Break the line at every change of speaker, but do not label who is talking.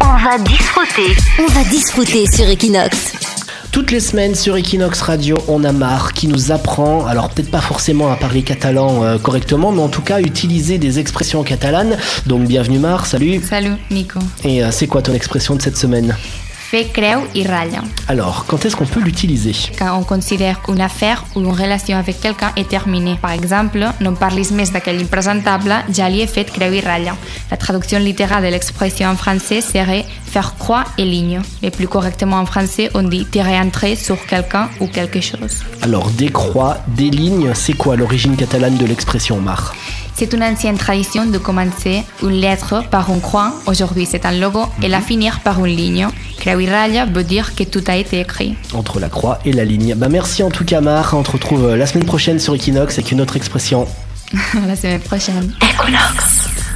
On va disfruter.
On va disfruter sur Equinox.
Toutes les semaines sur Equinox Radio, on a Marc qui nous apprend, alors peut-être pas forcément à parler catalan euh, correctement, mais en tout cas utiliser des expressions catalanes. Donc bienvenue Marc, salut.
Salut Nico.
Et euh, c'est quoi ton expression de cette semaine
Fait creu y raya.
Alors, quand est-ce qu'on peut l'utiliser
Quand on considère qu'une affaire ou une relation avec quelqu'un est terminée. Par exemple, no parlis més d'aquell impresentable, ja li he fet creu i ratlla. La traduction littérale de l'expression en français serait faire croix et ligne. Mais plus correctement en français, on dit tirer un trait sur quelqu'un ou quelque chose.
Alors, des croix, des lignes, c'est quoi l'origine catalane de l'expression Marc
C'est une ancienne tradition de commencer une lettre par une croix, aujourd'hui c'est un logo, et
Mhm.
la finir par une ligne. Creu i ratlla veut dire que tout a été écrit.
Entre la croix et la ligne. Bah merci en tout cas Marc, on te retrouve euh, la semaine prochaine sur Equinox avec une autre expression.
à la semaine prochaine.
Equinox.